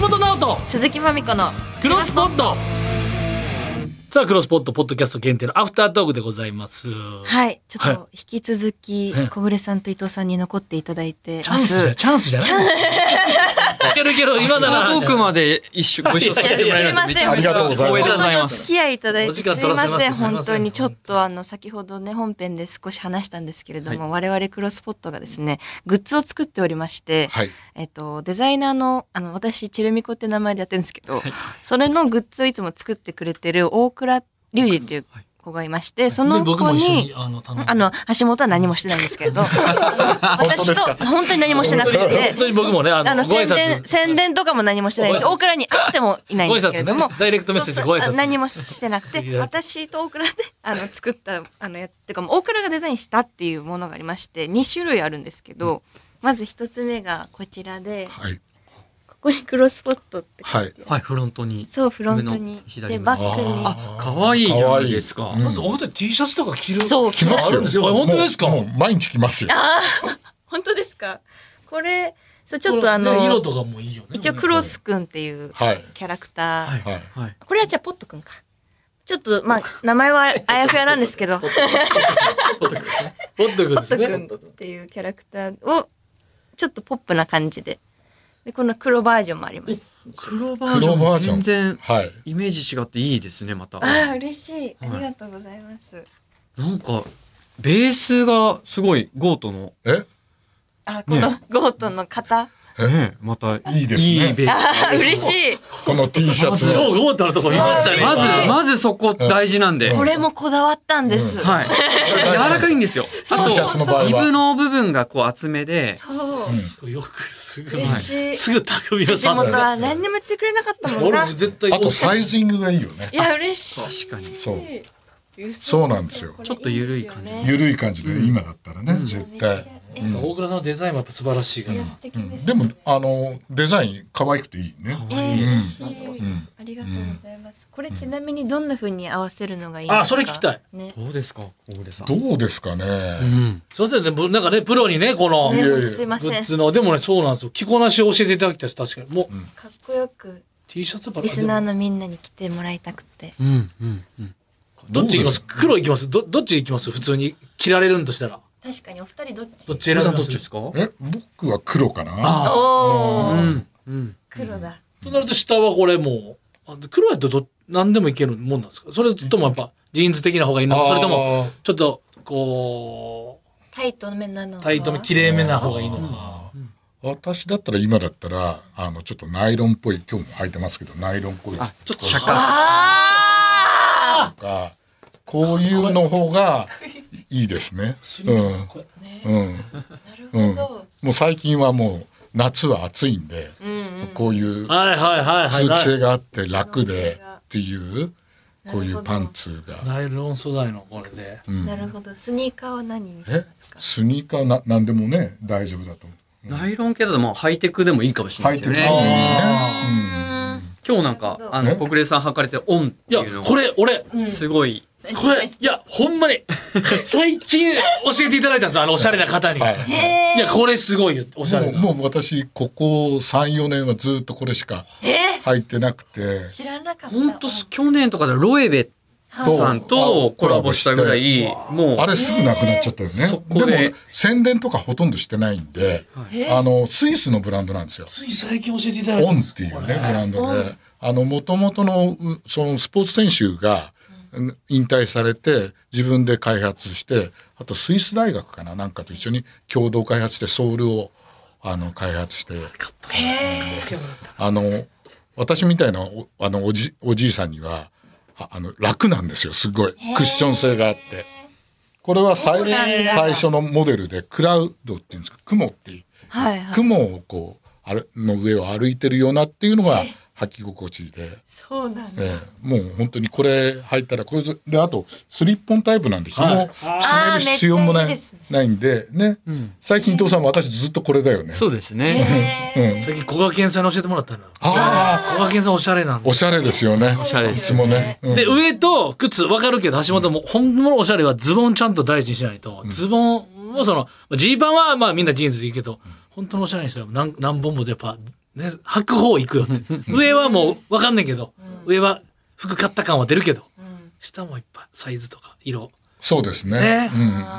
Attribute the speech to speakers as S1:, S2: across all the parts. S1: 橋本直人
S2: 鈴木まみこの
S1: クロスポットさあクロスポットポッドキャスト限定のアフタートークでございます
S2: はいちょっ
S1: は
S2: と引き続き
S1: ええ
S2: 小暮さんと伊藤さんに残っていただいて
S1: チャンスじゃチャンスじゃないいけるいける今なら
S3: トークまで一緒ご一緒させてもらえるなんてめちゃめちゃ光栄でございま
S2: お
S3: す。
S2: 付き合いいただい
S1: お時
S2: てす
S1: 間取
S2: み
S1: らせ
S2: ま
S1: ます
S2: せん
S1: すいません
S2: 本当にちょっとあの先ほどね本編で少し話したんですけれども、我々クロスポットがですねグッズを作っておりまして、
S4: はい。
S2: えっとデザイナーのあの私チェルミコって名前でやってるんですけど、それのグッズをいつも作ってくれてる大倉隆二っていう子がいまして、その
S1: 僕
S2: 子
S1: も一緒
S2: に
S1: にあの頼んで
S2: あの、橋本は何もしてないんですけれ ど、私と本当に何もしてなく
S1: 本
S2: て
S1: 当、に僕もねあ
S2: あ
S1: の
S2: の、
S1: ご挨
S2: 宣伝、
S1: 拶
S2: 宣伝とかも何もしてないです。
S1: ご挨拶
S2: 大倉に会ってもいないんですけれど
S1: ご
S2: も
S1: 挨拶ね。ダイレクトメッセージご挨拶
S2: そうそうあ何もしてなく
S1: い
S2: て、
S1: や
S2: 私と大倉で、あの、作った、あの、やってか、もう大倉がデザインしたっていうものがありまして、2種類あるんですけど、まず一つ目がこちらで、
S4: はい。
S2: ここにクロスポットって、
S4: はい。
S3: はい、フロントに。
S2: そう、フロントに
S3: 上の、左
S2: で、
S3: 上
S2: バックに。
S3: あ、可愛いじゃないですか。
S4: 可愛いうん
S1: まずお二人 T シャツとか着る
S2: そう
S1: 着ますよあるんですか
S4: もう
S1: 本当ですか
S4: もう毎日来ますよ。
S2: 本当ですかこれ、そう、ちょっとあの、
S1: ね色とかもいいよね
S2: 一応クロスくんっていう
S4: はい
S2: キャラクター、
S3: はい
S4: はい。
S3: はい。
S2: これはじゃあポットくんかちょっとまあ名前はあやふやなんですけどポッ
S1: ポッドくんです
S2: ト
S1: ね
S2: くんっていうキャラクターをちょっとポップな感じででこの黒バージョンもあります
S3: 黒バージョン全然
S4: はい。
S3: イメージ違っていいですね、また。
S2: ああ
S3: な
S2: 嬉しいあ
S3: はい
S2: りがとうございます、
S3: んか、ベースがすごいゴートの、
S4: え
S2: あこのゴートンの型、
S3: ね、また
S4: いいですね
S3: いいベース。
S2: ああ嬉しい
S4: この T シャツ
S1: よ
S4: の。
S1: うゴータのとこ見ましたね
S3: まず、まずそこ大事なんで。
S2: こ
S3: はい。
S2: れもこだわったんです、
S3: 柔らかいんですよ。あ
S4: シャツの場合は
S3: と、リブの部分がこう厚めで、
S2: そう
S1: 今よくすぐ
S2: 嬉しい、
S1: すぐ匠を刺す
S2: 橋本は何にも言ってくれなかったもん
S1: 俺
S2: な
S1: も
S2: い
S1: 絶対
S4: あとサイジングがいいよね。
S2: や嬉しい
S3: 確かに。
S4: そう。
S2: 嘘
S4: そうなんですよ
S2: これ
S3: ちょっと緩い感じ
S2: ですよね
S4: ゆるい感じで今だったらね、絶対。
S2: え
S1: 大倉さんのデザインもやっぱ素晴らしいか
S2: い
S1: ら
S2: や素敵です、
S4: でもあのデザイン可愛くていいね。
S2: えー、嬉しい、ありがとうございます。これちなみにどんな風に合わせるのがいいですか。
S1: あそれ聞きたい。
S2: ね。
S3: どうですか、小暮さん。
S4: どうですか
S3: う
S4: ね。
S3: ん。
S1: すいませんねぶなんかねプロにねこの
S2: ね
S4: いやいや
S2: もうすいま
S1: グ
S2: せん。
S1: ッ
S2: か
S1: ズのでもねそうなんですよ着こなしを教えていただきたいです確かにもう、
S2: っこよく
S1: T シャツば
S2: リスナー
S1: でも
S2: のみんなに来てもらいたくて。
S3: うん、うん、うん。
S1: どっち行きます黒行きますどどっち行きます普通に着られるんとしたら
S2: 確かにお二人どっち
S1: どっ。ち選び
S3: さん
S1: ま
S3: どっ
S1: す
S3: ちですか
S4: え、僕は黒かな。
S3: あ
S2: おお、
S3: あ。うん。うん。
S2: 黒だ。
S1: となると下はこれもうあ黒やとど何でもいけるもんなんですかそれともやっぱジーンズ的な方がいいのかそれとも
S4: も
S1: ちょっとこ
S2: タイトめなの
S1: う
S2: が。
S1: タイトめきれいめな方がいいのか
S4: 私だったら今だったらあのちょっとナイロンっぽい今日も履いてますけどナイロンっぽいと
S3: あ、ちょっとシャカ。
S2: あ
S4: かこういうの方がいいです ね。
S1: これ
S4: うんうん
S2: あ。
S4: うん。
S2: どう
S4: もう最近はもう夏は暑いんで、
S2: うんうん。
S4: こういう
S1: はいはいはいはい
S4: 通
S1: な
S4: 気性があって楽
S2: 可能
S4: で
S2: 性が
S4: っていうこうい
S2: なるほど
S4: うパンツが、
S1: ナイロン素材のこれで。
S4: うん
S2: なるほど。スニーカーは何にしま
S4: え
S2: すか。
S4: スニーカーな何でもね大丈夫だと思う。
S3: ナイロン系だともうハイテクでもいいかもしれないですよ
S4: ハイテク
S3: ね。
S1: あ
S2: うーん
S3: 今日なんか、あ
S4: え
S3: の、小暮さん履かれてオンって
S1: ーいや
S3: いうの、
S1: これ、俺、こ
S3: すごい。
S1: れ、いや、ほんまに、最近教えていただいたんですよ、あの、おしゃれな方に。
S4: はい
S1: い
S2: へ
S1: や、これすごいよ、おしゃれな。
S4: もうもう私ここ34年はずっとこれしか
S2: え。え
S4: 履いてなくて
S2: ー。知らなかった。
S3: ほんとす、去年とかでロエベさんとコラボしたぐらい、も
S4: あ
S3: う、
S4: れすぐなくなっちゃったよね、
S3: そこで
S4: でも宣伝とかほとんどしてないんで、あのスイスのブランドなんですよ
S1: つい最近教えていただいたん
S4: オン
S1: で
S4: っ
S1: す
S4: ていうねブランドであの元々のうそのスポーツ選手がうん引退されて自分で開発してあとスイス大学かななんかと一緒に共同開発してソールをあの開発してあの私みたいなおあのおじおじいさんにはああの楽なんですよすごいクッション性があってこれは最最初のモデルでクラウドっていうんですか雲っていう
S2: はいはい。
S4: 雲をこうあれの上を歩いてるようなっていうのが履き心地いいで、
S2: そうなんだ。
S4: ええもう本当にこれ履いたらこれでであとスリッポンタイプなんで紐をつなげる必要もな
S2: あーめっ
S4: い
S2: ちゃいいですね
S4: ないんでね、最近伊藤さんも私ずっとこれだよね。
S3: そうですね。
S4: うん、
S1: 最近、小賀健さんに教えてもらったのよ。
S4: あ
S1: 小賀健さんおしゃれなんで
S4: ーお。しゃれですよね。お
S3: しゃれ
S4: い
S3: です
S4: つもね。うん
S1: で、上と靴、わかるけど、橋本も、本物のおしゃれはズボンちゃんと大事にしないと、ズボンもその、ジーパンはまあみんなジーンズでいいけど、本当のおしゃれにしたら何何本もやっぱ、ね、白鵬行くよって。上はもうわかんないけど、上は服買った感は出るけど、下もいっぱい、サイズとか色。
S4: そうですね。
S1: ね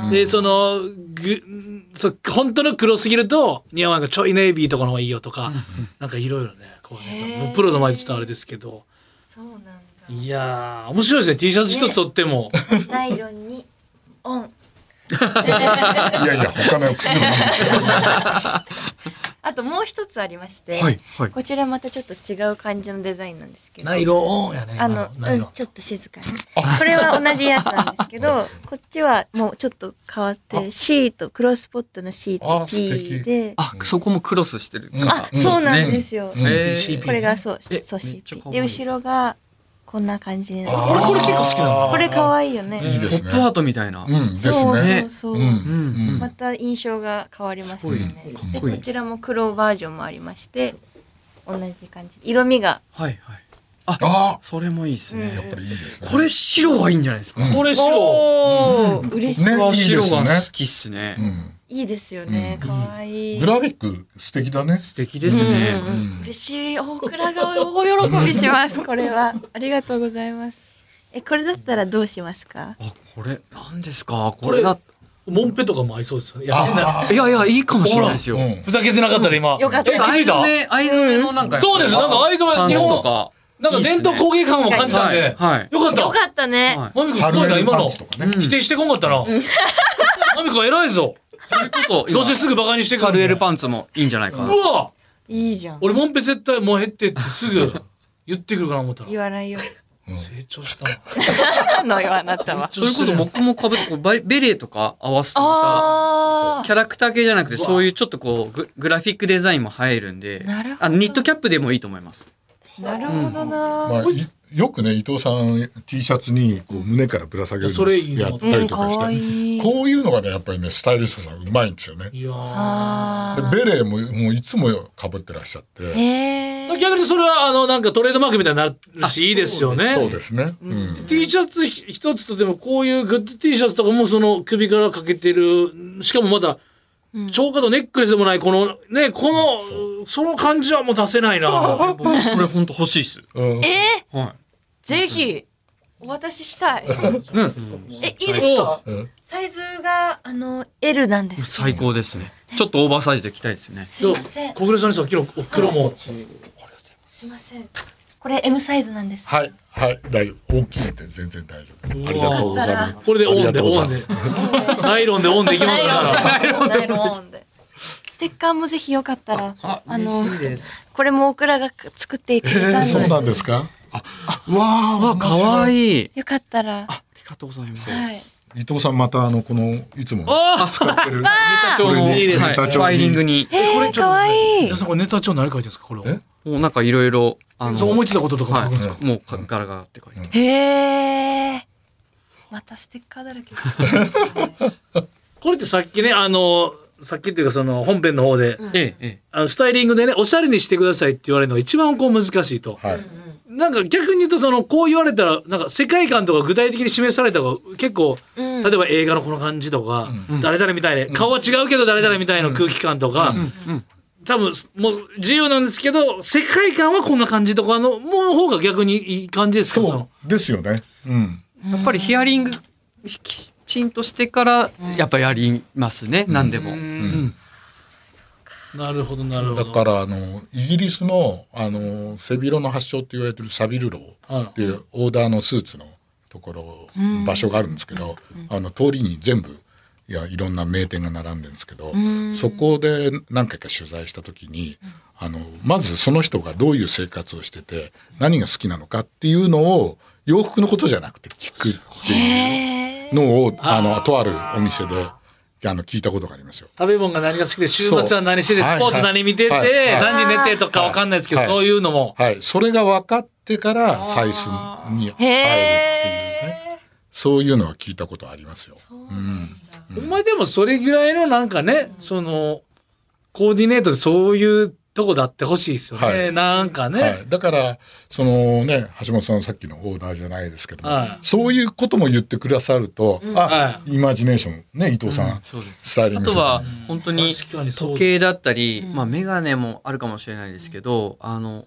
S4: うん
S1: で、その、ぐ、そ本当の黒すぎると、似合わんがちょいネイビーとかの方がいいよとか、なんかいろいろね、こうね、もうプロの前でちょっとあれですけど、
S2: そうなんだ。
S1: いやー、面白いですね。T シャツ一つとっても。
S2: ナイロンにオン。
S4: いやいや、他の薬飲
S2: あともう一つありまして、
S3: はいはい
S2: こちらまたちょっと違う感じのデザインなんですけど。
S1: ナイロンやね。
S2: あの、
S1: ナイロ
S2: うん
S1: ン、。
S2: ちょっと静かに。これは同じやつなんですけど、こっちはもうちょっと変わって、C と、クロスポットの C と
S4: あ素
S2: P
S4: 敵
S2: で、あ
S3: あ、そこもクロスしてる。
S4: んあ
S2: そうなんですよ。
S4: ん
S3: えー
S1: CP
S2: これがそう、そう
S3: え
S2: CP。
S3: めっちゃ可愛い
S2: で、後ろがこんな感じにな
S4: あ
S1: 俺
S4: ー
S1: これ結構好きなの
S2: これ可愛いよね。
S4: いいですね
S3: ポップアートみたいな。
S4: む。うん、ですね。
S2: そうそうそう。
S4: うん、うん
S2: また印象が変わりますよね
S4: すごい。
S2: で
S3: かっこい
S2: こ
S3: い
S2: ちらも黒バージョンもありまして同じ感じ色味が
S3: はいはい。
S4: あ
S3: それもいいです
S4: あ、やっ
S3: ね。
S4: ぱりいいですね。
S3: これ白がいいんじゃないですか。
S1: これ白。
S2: おー嬉しい
S4: ね
S3: あ
S4: いいで
S3: 白
S4: すね
S3: が好きっすね。
S4: うん、
S2: いいですよね可愛い
S4: グラフィック素敵だね。
S3: 素敵ですね。
S2: うんうん嬉しい大倉が大喜びしますこれはありがとうございますえこれだったらどうしますか
S3: あ、これ、なんですかこ
S1: こ
S3: れ
S1: れ
S3: が。
S1: モンペとかも合いそうですよね。いや変な
S4: あ
S3: いやいや、いいかもしれないです
S4: あ、
S3: よ。
S4: うん
S1: ふざけてなかったで今。
S2: よかった
S1: え気づいた
S3: 藍染め、藍染めのなんか。
S1: そうです。なんか藍染
S3: パ
S1: め、
S3: ン
S1: 日
S3: ツと
S1: 本、
S3: か。
S1: なんか伝統工芸感を感じたん
S3: はい
S1: で。
S3: はい。
S1: よかった。
S2: よかったね
S3: はい
S1: マミコ
S4: サ
S1: す
S4: ル
S1: ご
S4: エ
S1: いな、
S4: ル
S1: 今
S4: パン
S1: の
S4: チ。とかね。
S1: 否定してこんかったな。マミコ偉いぞ。
S3: それこそ、
S1: どうせすぐバカにしてくる
S3: サルエルパンツもいいんじゃないかな。
S1: うわ
S2: いいじゃん
S1: 俺モンペ絶対もう減ってってすぐ言ってくるかな思ったら
S2: 言。わないよ
S1: 成長したな。
S2: 何のよあなたは
S3: それこそ僕もかぶってこうバイベレーとか合わすとま
S2: あ
S3: た
S2: ー
S3: キャラクター系じゃなくて
S1: うわ
S3: そういうちょっとこうググラフィックデザインも入るんで
S2: なるほど
S3: あのニットキャップでもいいと思います
S2: なるほどな
S4: まあ、いよくね伊藤さん T シャツにこう胸からぶら下げる
S1: それいい
S4: の
S1: な
S4: やったりとか
S2: うんかわ
S4: し
S2: いい
S4: てこういうのがねやっぱりねスタイリストさんうまいんですよねで
S1: いやー
S2: あ
S4: ベレーももういつもかぶってらっしゃって、
S2: ーへー
S1: 逆にそれはあのなんかトレードマークみたいになるしいいですよね。
S4: そうですね、うん
S1: T シャツ一つとでもこういうグッズ T シャツとかもその首からかけてるしかもまだ超過とネックレスでもないこのねこのその感じはもう出せないな。
S3: 僕それ本当欲しいっす
S4: うん
S2: えー
S3: は
S2: ぜひお渡ししたい。
S3: いね
S2: え、いいですか
S4: うん
S2: サイズが、あの、L なんですよ。
S3: 最高ですねちょっとオーバーサイズで着たいですね
S2: すいません。
S1: 小暮さんにさっきの黒も
S2: すいません。これ M サイズなんです。
S4: はいはい大丈夫大きいんで全然大丈夫ありがとうございます
S1: これでオ
S4: あり
S1: ン
S4: が
S1: で
S4: とうご
S1: オ
S4: ざ
S1: ン
S4: いま
S1: でナイロンでオンでいきま
S2: ナ
S1: す
S2: イ
S1: から。
S2: ロンで。ナイロンで。ステッカーもぜひよかったら、あの、これもオクラが作っていただい
S4: え
S2: た
S4: ー、
S2: んです。
S4: そうなんですかあわ
S3: あ
S4: あ
S3: 可
S4: い
S3: 愛いい
S2: よかったら、は
S3: ありがとうございます
S2: い。
S4: 伊藤さんまたあのこのいつも使って る
S3: これ
S1: いいですね
S3: ファイリングに
S1: こ
S2: え
S1: れ
S2: ー、かわいい
S1: 皆。さんこれネタ帳何書いてるんですかこれ
S4: え
S1: を。
S3: もうなんかいろいろあの
S1: そう思いついたこととかも書くんですか
S3: はいもうかガラガラって書いて
S2: へー。またステッカーだらけ。
S1: これってさっきねあのさっきっていうかその本編の方で、
S3: えええ
S1: あのスタイリングでねおしゃれにしてくださいって言われるのが一番こう難しいと、
S4: はい
S1: なんか逆に言うとそのこう言われたらなんか世界観とか具体的に示された方が結構、
S2: うん
S1: 例えば映画のこの感じとか、誰々みたいな、顔は違うけど誰々みたいな空気感とか、多分もう自由なんですけど世界観はこんな感じとかのもう方が逆にいい感じですかそ
S4: そ
S1: の
S4: うですよねうん
S3: えやっぱりヒアリングききちんとしてからやっぱりやりますね何でもうん
S1: なるほどなるほど
S4: だからあのイギリスのあの背広の発祥って言われてるサビルロ
S1: はい
S4: ーっていうオーダーのスーツのところ、場所があるんですけど、あの通りに全部いやいろんな名店が並んでるんですけど、そこで何回か取材した時に、あのまずその人がどういう生活をしてて何が好きなのかっていうのを洋服のことじゃなくて聞くっていうのをあのとあるお店であの聞いたことがありますよ。
S1: 食べ物が何が好きで週末は何してて
S4: そう
S1: スポーツ何見てて、
S4: はいはいはい
S1: 何時寝てとかわかんないですけど、
S4: はい
S1: そういうのも、
S4: はい、それが分かってから採寸に入るっていうね
S2: へー。
S4: そういうのは聞いたことありますよ。
S1: お前でもそれぐらいのなんかね、そのコーディネートでそういうとこだってほしいですよね、
S4: はい
S1: なんかね、
S4: はい、だからそのね橋本さんのさっきのオーダーじゃないですけども、
S1: はい
S4: そういうことも言ってくださると、あ、
S1: は
S4: イマジネーションね伊藤さん、
S3: そうです
S4: スタイリ
S3: あ
S4: ング
S3: とは
S4: して
S3: 本当に
S1: 確かにそう
S3: 時計だったり、まあ、眼鏡もあるかもしれないですけど、あの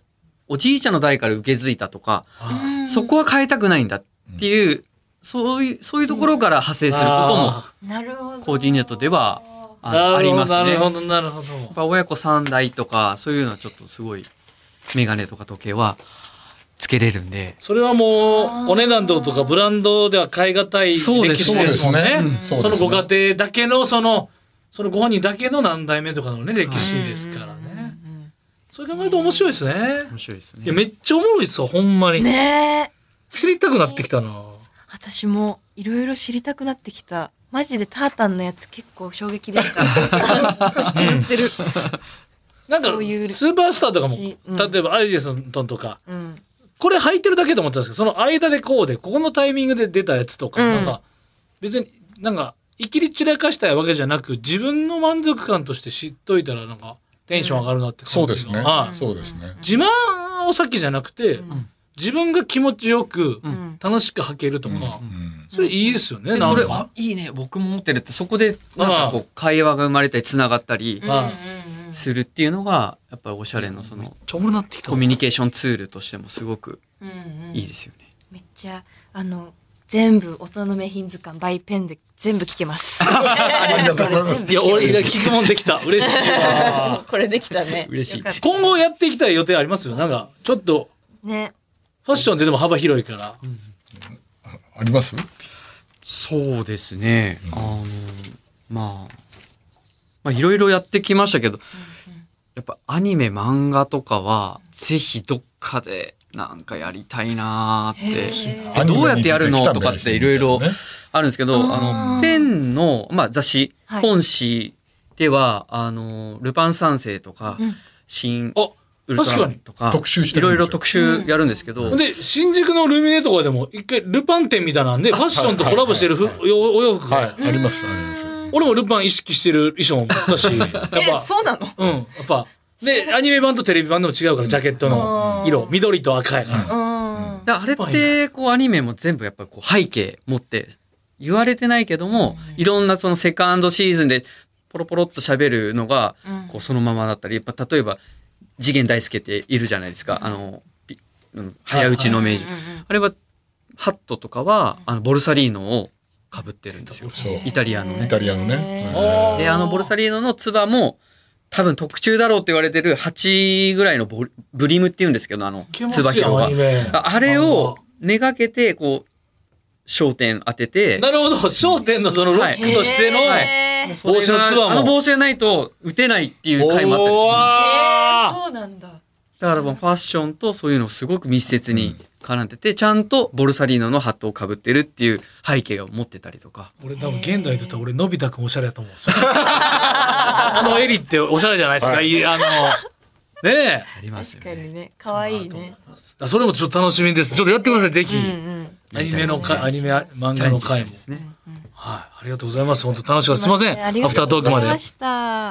S3: おじいちゃんの代から受け継いだとか、
S2: うん
S3: そこは変えたくないんだっていう、そういうそういうところから派生することも
S1: あ
S2: なるほど
S3: コーディネートでは
S1: ー
S3: あのありますね。
S1: なる
S3: や
S1: ほ
S3: っ
S1: どなるほどなるほど
S3: ぱ親子三代とかそういうのはちょっとすごい眼鏡とか時計はつけれるんで。
S1: それはもうお値段とかブランドでは買い難い歴
S3: そうです
S1: 史ですもんね
S4: そうですねうん
S1: そのご家庭だけのそのそのご本人だけの何代目とかのね歴史ですからね、それ考えると面白いですね
S3: 面白いですね。
S1: いやめっちゃおもろいっすよほんまに、
S2: ねえ
S1: 知りたくなってきたな
S2: 私もいろいろ知りたくなってきたマジでタータンのやつ結構衝撃でした 知ってる
S1: なんかス
S2: そういう
S1: ーパースターとかも
S2: しうん
S1: 例えばアイディソンとか
S2: うん
S1: これ履いてるだけと思ってたんですけどその間でこうでここのタイミングで出たやつとか、
S2: うん
S1: なんか別になんかいきり散らかしたいわけじゃなく自分の満足感として知っといたらなんかテンション上がるなって感じ
S4: そ
S1: が
S4: うですね、
S1: はい
S4: そうですね、
S1: 自慢を先じゃなくて、自分が気持ちよく
S2: ん
S1: 楽しく履けるとか、
S4: うん
S1: それいいですよね、
S3: で
S1: なん
S3: そ
S1: か
S3: れあいいね僕も持ってるってそこでなんかこう会話が生まれたりつながったり
S1: まあ
S2: うんうん
S3: するっていうのがやっぱりおしゃれのその
S1: ちょもろなってきた
S3: コミュニケーションツールとしてもすごく
S2: うんうん
S3: いいですよね。
S2: めっちゃあの全部大人の名品図鑑バイペンで全部聞け ます。
S4: りがとうございます
S2: 全部
S1: いや
S2: 聞
S1: 俺が聞くもんできた嬉しい
S2: けますこれできたね。
S3: 嬉しい
S2: よかった
S1: 今後やっていきたい予定ありますよなんかちょっと
S2: ね。
S1: ファッションででも幅広いから、
S4: あります
S3: そうですね。あのまあまあいろいろやってきましたけど、やっぱアニメ漫画とかはぜひどっかでなんかやりたいなーって。
S2: へ
S3: で
S2: ー
S3: どうやってやるのとかっていろいろ
S4: ね
S3: あるんですけど、
S2: あ
S3: あの、
S2: ー
S3: ペンの、まあ、雑誌、
S2: はい
S3: 本誌では、あの、ルパン三世とか、
S2: うん
S3: 新、
S1: あ
S3: ウルトラマンとか、
S4: 特集して
S3: い
S4: るん
S3: ろ
S4: ですよ
S3: いろ特集やるんですけど、
S1: ほんで新宿のルミネとかでも一回ルパン店みたいなんでファッションとコラボしてるふ
S4: はいは
S1: おお洋服が、
S4: はいありますあります
S1: 俺もルパン意識してる衣装だしやっぱ
S2: えそうなの？
S1: うんやっぱでアニメ版とテレビ版でも違うからジャケットの色
S2: うん
S1: 緑と赤やから、
S2: うん。
S3: であれって、こう、アニメも全部やっぱこう背景持って、言われてないけども、いろんなそのセカンドシーズンで、ポロポロっと喋るのが、こう、そのままだったり、やっぱ例えば、次元大介っているじゃないですか、あの、ピうん早打ちの名人。あれは、ハットとかは、あの、ボルサリーノを被ってるんですよ。
S4: そう
S3: イタリアの
S2: へ
S4: イ
S3: ね
S2: ー。
S4: タリアのね、
S1: あー
S3: で、あの、ボルサリーノのツバも、多分特注だろうって言われてる8ぐらいのボリブリムって言うんですけど、あの、
S1: いけま
S3: つば
S1: す
S3: 広
S1: よア
S3: が
S1: ニ。メ
S3: ああれをめがけて、こう、焦点当てて、
S1: なるほど『焦点』のそのロックとしての、
S2: へー
S1: はい
S2: へ
S3: それが
S1: 帽子のツバも
S3: あの帽子がないと打てないっていう回もあったりするんで
S2: ー
S1: あ
S2: そうなんだ。
S3: す。だからもうファッションとそういうのをすごく密接に絡んでて、ちゃんとボルサリーノのハットをかぶってるっていう背景を持ってたりとか。
S1: 俺多分現代で言ったら俺のび太くんおしゃれやと思うんです よあのエリっておしゃれじゃないですか、、
S4: はいい
S1: いあのねえ
S3: あります
S2: 確
S3: よ
S2: か
S3: ね。
S2: にね、可愛いね。
S1: あそれもちょっと楽しみです。ちょっとやってください、ぜひ。
S2: うんうん。
S1: アニメのか、アニメ、漫
S3: チ
S1: 画
S3: ャレン
S1: の
S3: ジした
S1: 回
S3: い
S1: も
S3: で。すね。
S1: はい。ありがとうございます。本当楽しかった。すいません。
S2: あり
S1: ア
S2: が
S1: フタ
S2: と
S1: ー
S2: う
S1: ト
S2: ご
S1: ークま
S2: ざ
S1: で
S2: いま。した。